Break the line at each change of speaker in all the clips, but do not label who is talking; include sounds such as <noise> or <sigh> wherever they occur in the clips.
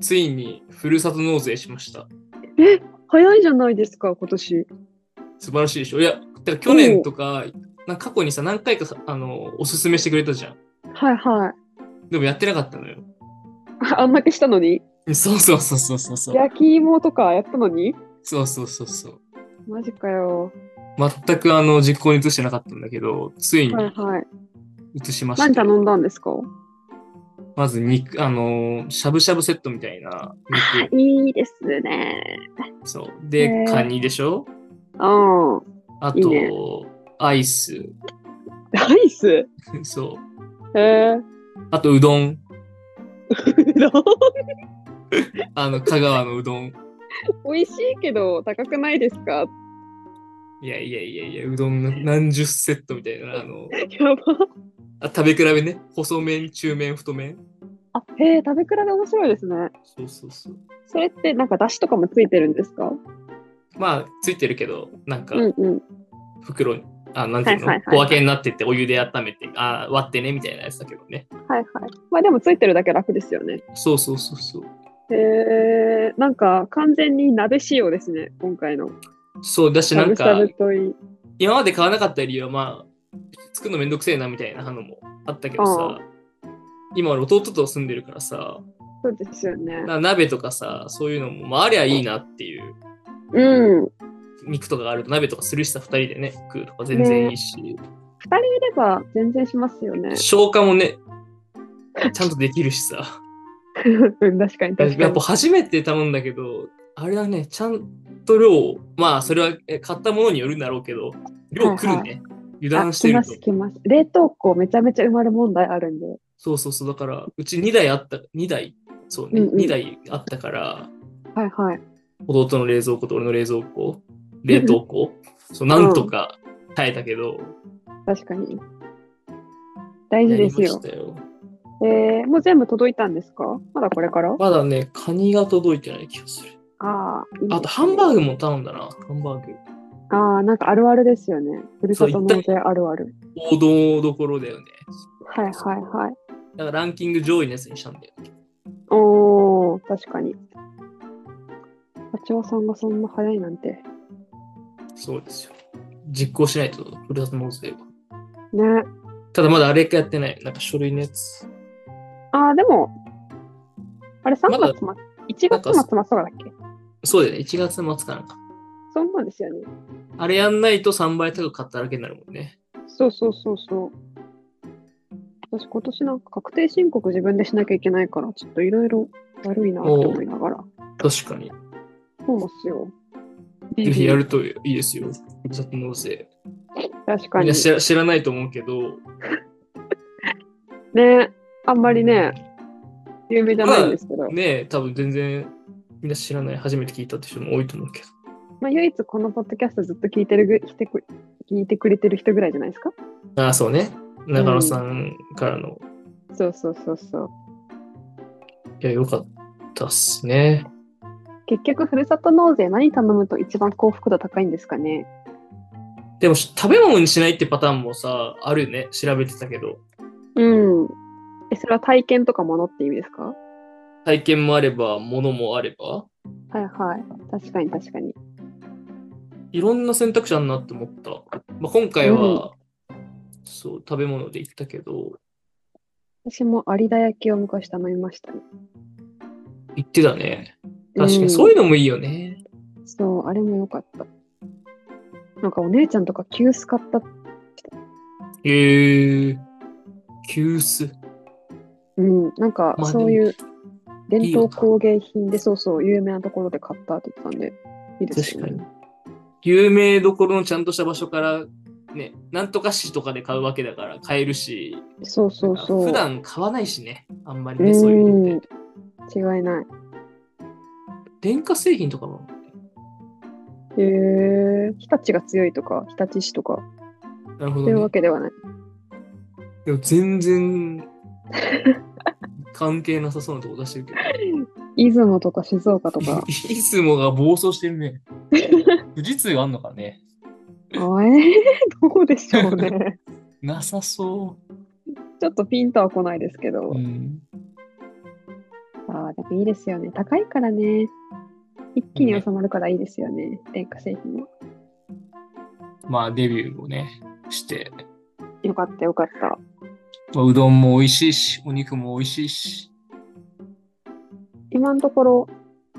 ついにふるさと納税しました。
え、早いじゃないですか、今年。
素晴らしいでしょ。いや、だから去年とか、なんか過去にさ、何回かさあのおすすめしてくれたじゃん。
はいはい。 <laughs>
でもやってなかったのよ。
ああんだけしたのに
そうそうそうそうそうそう。
焼き芋とかやったのに
そうそうそうそう。
マジかよ。
全くあの実行に移してなかったんだけど、ついに
はいはい。
移しました。
何頼んだんですか
まず肉、あのーしゃぶしゃぶセットみたいな肉。
いいですね。
そう。
へ
で、
ー
カニでしょ
うん。
あと、
いいね
アイス。
アイス
そう。
えー、
あと、うどん。
うどん
あの、香川のうどん。
美味しいけど高くないですか
いやいやいやいや、うどんの何十セットみたいな、あの、
やば。
あ食べ比べね。細麺、中麺、太麺。
あ、へえ、食べ比べ面白いですね。
そうそうそう。
それってなんか出汁とかもついてるんですか
まあ、ついてるけど、なんか
う、んうん。
袋に、あ、なんていうの、
はいはいはい
小分けになってて、お湯で温めて、あ、割ってね、みたいなやつだけどね。
はいはい。まあでもついてるだけ楽ですよね。
そうそうそうそう。
へえ、なんか完全に鍋仕様ですね、今回の。
そう、だし、なん
しゃ
か
ぶ、といい。
今まで買わなかった理由は、まあ、作るのめんどくせえな、みたいなのもあったけどさ、今俺弟と住んでるからさ、
そうですよね。
な鍋とかさ、そういうのも、まあ、ありゃいいなっていう、
うん。
肉とかがあると鍋とかするしさ、二人でね、食うとか全然いいし、
二人いれば全然しますよね。
消化も
<laughs>
ね、ちゃんとできるしさ。
うん、確かに確か
やっ
に
ぱ。初めて頼んだけど、あれだね、ちゃんと量を、まあ、それはえ買ったものによるんだろうけど、量来るね。油
あ
断して
来
る
ま
と
す。来ます。冷凍庫めちゃめちゃ埋まる問題あるんで。
そうそうそう、だから、うち2台あった、2台、そうね、
うんうん
2台あったから、
はいはい。
弟の冷蔵庫と俺の冷蔵庫、冷凍庫、そうなんとか耐えたけど、
確かに。大事
やり
で
ます
よ
し。たよ。
えー、もう全部届いたんですかまだこれから
まだね、カニが届いてない気がする。
ああ、いい
あと、ハンバ
グ。
ーグも頼んだな、ハンバーグ。
ああ、なんかあるあるですよね。ふるさと
そう一
納税あるある。
王道どころだよね。
はいはいはい。
だからランキング上位のやつにしたんだよね。
おー、確かに。課長さんがそんな早いなんて。
そうですよ。実行しないと、ふるさと納税は。
ね。
ただまだあれかやってない。なんか書類のやつ。
あー、でも、あれ3
まだ
月末、1
なん
月
か
末末とかだっけ
そうだよね。1月末かなんか。
そうなんですよね。
あれやんないと3倍高く買っただけになるもんね。
そうそうそうそう。私今年なんか確定申告自分でしなきゃいけないから、ちょっといろいろ悪いなって思いながら。
確かに。
そうなんですよ。
ぜひやるといいですよ。ふるさと納税。
確か
みん
に
な。知ら知らないと思うけど、
ね。あんまりね、有名じゃないんですけど。
ねえ、多分全然みんな知らない。初めて聞いたって人も多いと思うけど。
まあ、唯一このポッドキャストずっと聞いてるぐしてく聞いてくれてる人ぐらいじゃないですか
ああ、そうね。中野さんからの。
そうそうそうそう。
いや、よかったっすね。
結局、ふるさと納税何頼むと一番幸福度高いんですかね
でも、食べ物にしないってパターンもさ、あるよね。調べてたけど。
うん。え、それは体験とかものって意味ですかは
体験もあれば、物もあれば、
いはい。確かに確かに。
いろんな選択肢あるなって思った。まあ、今回は、そう、食べ物で行ったけど、
私も有田焼きを昔頼みましたね。
行ってたね。確かに、そう
い
いうのもいいよね。
うん。そう、あれも良かった。なんかお姉ちゃんとか急須買った。
へえー、急須。
うん。なんか
まあ
そういう伝
いいよ
統工芸品で、そうそう、有名なところで買ったって言ってたんで、いいです
確
よ
か
ね。
に。有名どころのちゃんとした場所から、ね、なんとか市とかで買うわけだから買えるし、
そうそうそう。
普段買わないしね、あんまりね、そういうのって。
違いない。
電化製品とかも、
へえ日立が強いとか、日立市とか、
なるほ
そういう
ど
わ
ね。
けではない。
でも全然関係なさそうなとこ出してるけど。。
出雲とか静岡とか
<laughs> いつもが暴走してるね。富士通があんのかね
あえー、どこでしょうね。
なさそ
ちょっとピンとは来ないですけど、
う。うん。
ああ、でもいいですよね。高いからね。一気に収まるからいいですよね。電化製品は。
まあ、デビューをね、して、
よかったよかった。
まあ、うどんも美味しいし、お肉も美味しいし、
今のところ、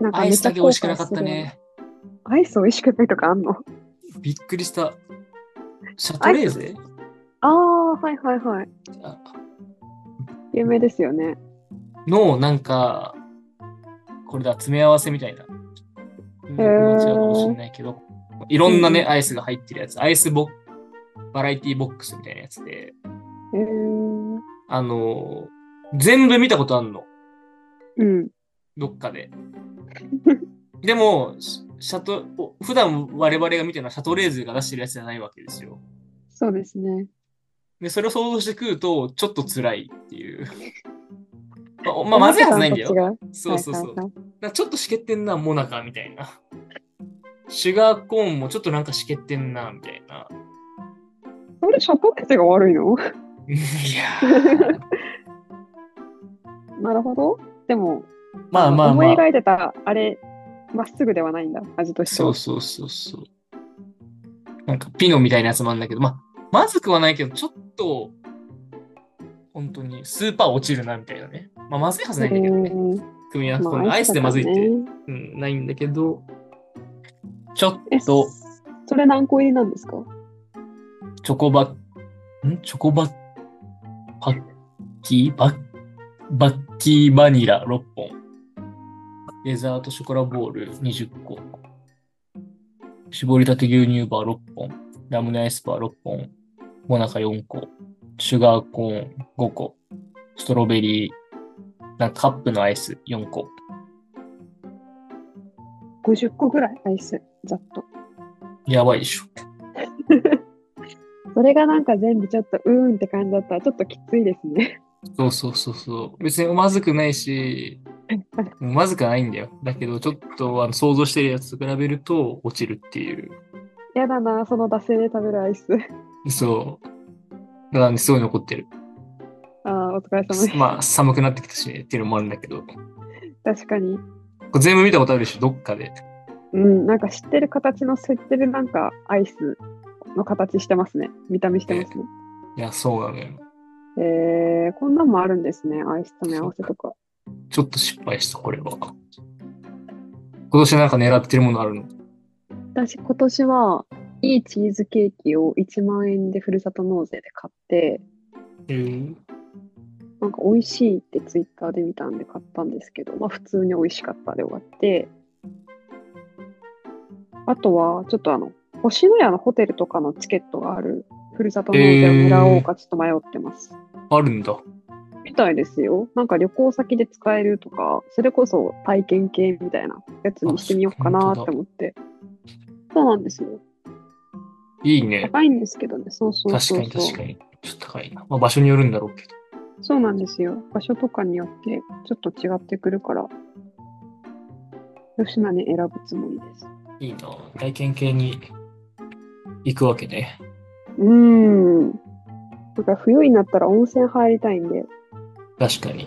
なんか
ア
め
イ
っ
ス
ちゃ
だけ美味しくなかったね。
後悔するよね。アイス美味しくないとかあんの
びっくりした。シャトレーゼ
ああ、はいはいはい。
あ
有名ですよね。
の、なんか、これだ、詰め合わせみたいな。うん
へー
違うかもしれないけど、いろんなね、
うん
アイスが入ってるやつ、アイスボッバラエティボックスみたいなやつで、
えー、
あの、全部見たことあんの、
うん。
どっか <laughs> で。でも、シシャトお普段我々が見てるのはシャトレーゼが出してるやつじゃないわけですよ。
そうですね。
で、それを想像して食うと、ちょっと辛いって <laughs> いう。まあ、まあまずいはずないんだよ。
よ。
そうそうそう
はい。はいはい
なんかちょっとしけってんな、モナカみたいな。シュガーコーンもちょっとなんかしけってんな、みたいな。
それ、シャポケテが悪いの
いやー
なるほど。でも、
<laughs> まあまあま
思い
あ。
描いてた、あれ、まっすぐではないんだ、味として
そ
は。
うそうそうそう。なんかピノみたいなやつもあるんだけど、まあ、まずくはないけど、ちょっと、本当にスーパー落ちるな、みたいなね。まあ、まずいはずないんだけどね。
う
組み合わ
ーん
せ、このアイスでまずいって、
アイスだか
うん、ないんだけど、ちょっ
らねえ、
と
そそれ何個入りなんですか
チョコバ、んチョコバ、パッキーバッ、バッキーバニラ6本。デザートショコラボール20個。絞りたて牛乳バー6本。ラムネアイスバー6本。モナカ4個。シュガーコーン5個。ストロベリー、なんかカップのアイス4個。
?50 個ぐらい、アイス、ざっと。 <laughs>
やばいでしょ。
それがなんか全部ちょっと、うーんって感じだったら、ちょっときついですね。 <laughs>
そうそうそうそう。別にまずくないし、まずくはないんだよ。だけど、ちょっとあの想像してるやつと比べると落ちるっていう。
やだな、その惰性で食べるアイス。 <laughs>
そう。だからね、すごい残ってる。
ああ、お疲れ
<laughs>
様です。
まあ、寒くなってきたしねっていうのもあるんだけど。こ
確かに。
れ全部見たことあるでしょ、どっかで。
うん、なんか知ってる形の、知ってるなんか、アイスの形してますね。見た目してますね。
いや、そうなのよ。
えー、こんなんもあるんですね、アイスとめ合わせとか。
ちょっと失敗した、これは。今年なんか狙ってるものあるの
私、今年は、いいチーズケーキを1万円でふるさと納税で買って、
うん。
なんか美味しいってツイッターで見たんで買ったんですけど、まあ普通に美味しかったで終わって、あとは、ちょっとあの、星のやのホテルとかのチケットがある、ふるさと納税を狙おうかちょっと迷ってます。
あるんだ。
みたいですよ。なんか旅行先で使えるとか、それこそ体験系みたいなやつにしてみようかなって思って。そうなんですよ。
いいね。
高いんですけどね、そうそう
確
そ
か
う
に
そう。
確かに。ちょっと高いな。まあ、場所によるんだろうけど。
そうなんですよ。場所とかによってちょっと違ってくるから、吉に選ぶつもりです。
いいな。体験系に行くわけね。
うーん。なんか冬になったら温泉入りたいんで、
確かに。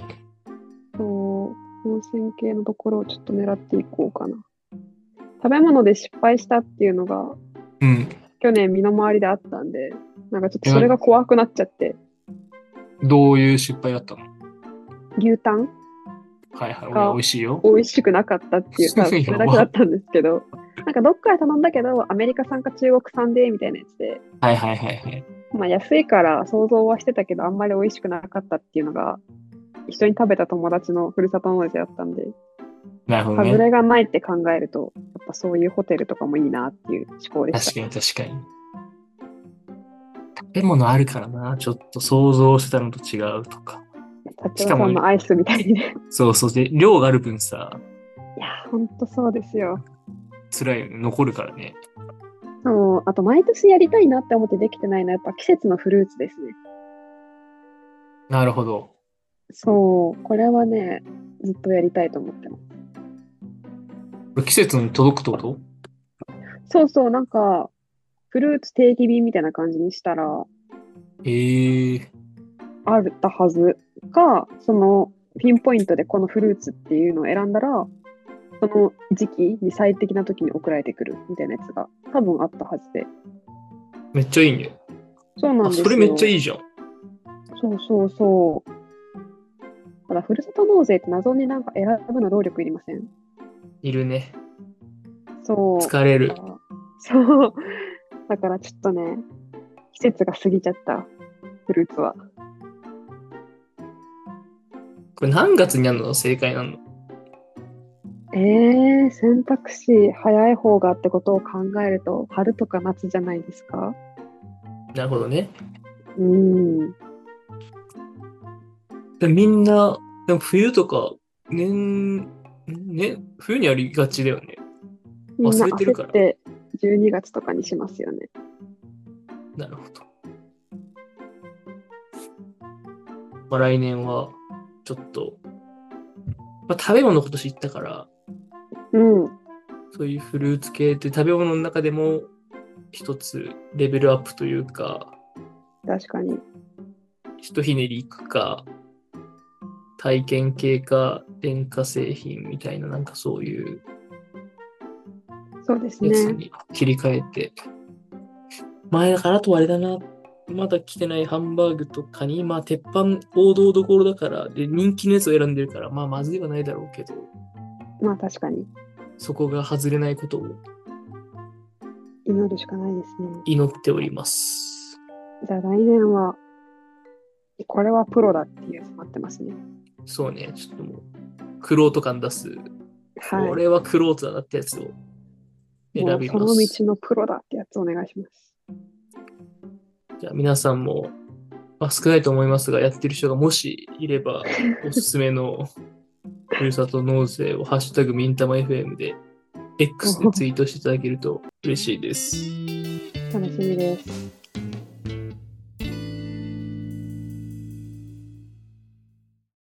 そう、温泉系のところをちょっと狙っていこうかな。食べ物で失敗したっていうのが、
うん。
去年身の回りであったんで、なんかちょっとそれが怖くなっちゃって、
どういう失敗だったの
牛タン
はいはい。
あ
美味しいよ。
美味しくなかったっていう、ただそれだけだったんですけど、なんかどっから頼んだけど、アメリカ産か中国産で、みたいなやつで、
はいはいはいはい。
まあ安いから想像はしてたけど、あんまり美味しくなかったっていうのが、一緒に食べた友達のふるさと納税だったんで、
なるほど
外
ね。
れがないって考えると、やっぱそういうホテルとかもいいなっていう思考で
確
し
かに確かに。食べ物あるからな。ちょっと想像してたのと違うとか。
た。
し
立
か
川
も
さんのアイスみたいに <laughs> ね。
そうそう。で、量がある分さ、
いやー、ほんとそうですよ。
辛いよね。残るからね。
そう、あと毎年やりたいなって思ってできてないのは、やっぱ季節のフルーツですね。
なるほど。
そう、これはね、ずっとやりたいと思ってます。
これ季節に届くってこと
そうそう、なんか、フルーツ定期便みたいな感じにしたら、
ええー。
あったはずか、その、ピンポイントでこのフルーツっていうのを選んだら、その時期に最適な時に送られてくるみたいなやつが多分あったはずで。
めっちゃいいね。
そうなん
あ
ですよ。
それめっちゃ
い。
いいじゃん。
そうそうそう。ただ、ふるさと納税って謎になんか選ぶの労力いりません
いるね。
そう。
疲れる。
そう。だからちょっとね、季節が過ぎちゃった、フルーツは。
これ何月にやるの正解なの
えー、選択肢、早い方がってことを考えると、春とか夏じゃないですか
なるほどね。
うん。
でみんな、でも冬とか、年、ね、冬にありがちだよね。
みん
忘
な
れてるか
焦
ら
って12月とかにしますよね。
なるほど。まあ、来年は、ちょっと、まあ、食べ物のこと知ったから、
うん。
そういうフルーツ系って食べ物の中でも、一つレベルアップというか、
確かに。
ひとひねりいくか、体験系か、電化製品みたいな、なんかそういう
そうです
やつ
ね。
に切り替えて。前だからあとあれだな、まだ来てないハンバーグとかに、まあ鉄板王道どころだから、で人気のやつを選んでるから、まあまずいはないだろうけど、
まあ確かに。
そこが外れないことを
祈るしかないですね。
祈っております。
じゃあ来年は、これはプロだっていうやつ待ってますね。
そうね、ちょっともう、クロート感出す。
はい。
これはクロートだなってやつを
も
選
う
び
そ
ま
の
す。
道のプロだってやつお願いします。
じゃあ皆さんも、まあ、少ないと思いますが、やってる人がもしいれば、おすすめのふるさと納税をハッシュタグミンタマ FM で X でツイートしていただけると嬉しいです。
楽しみです。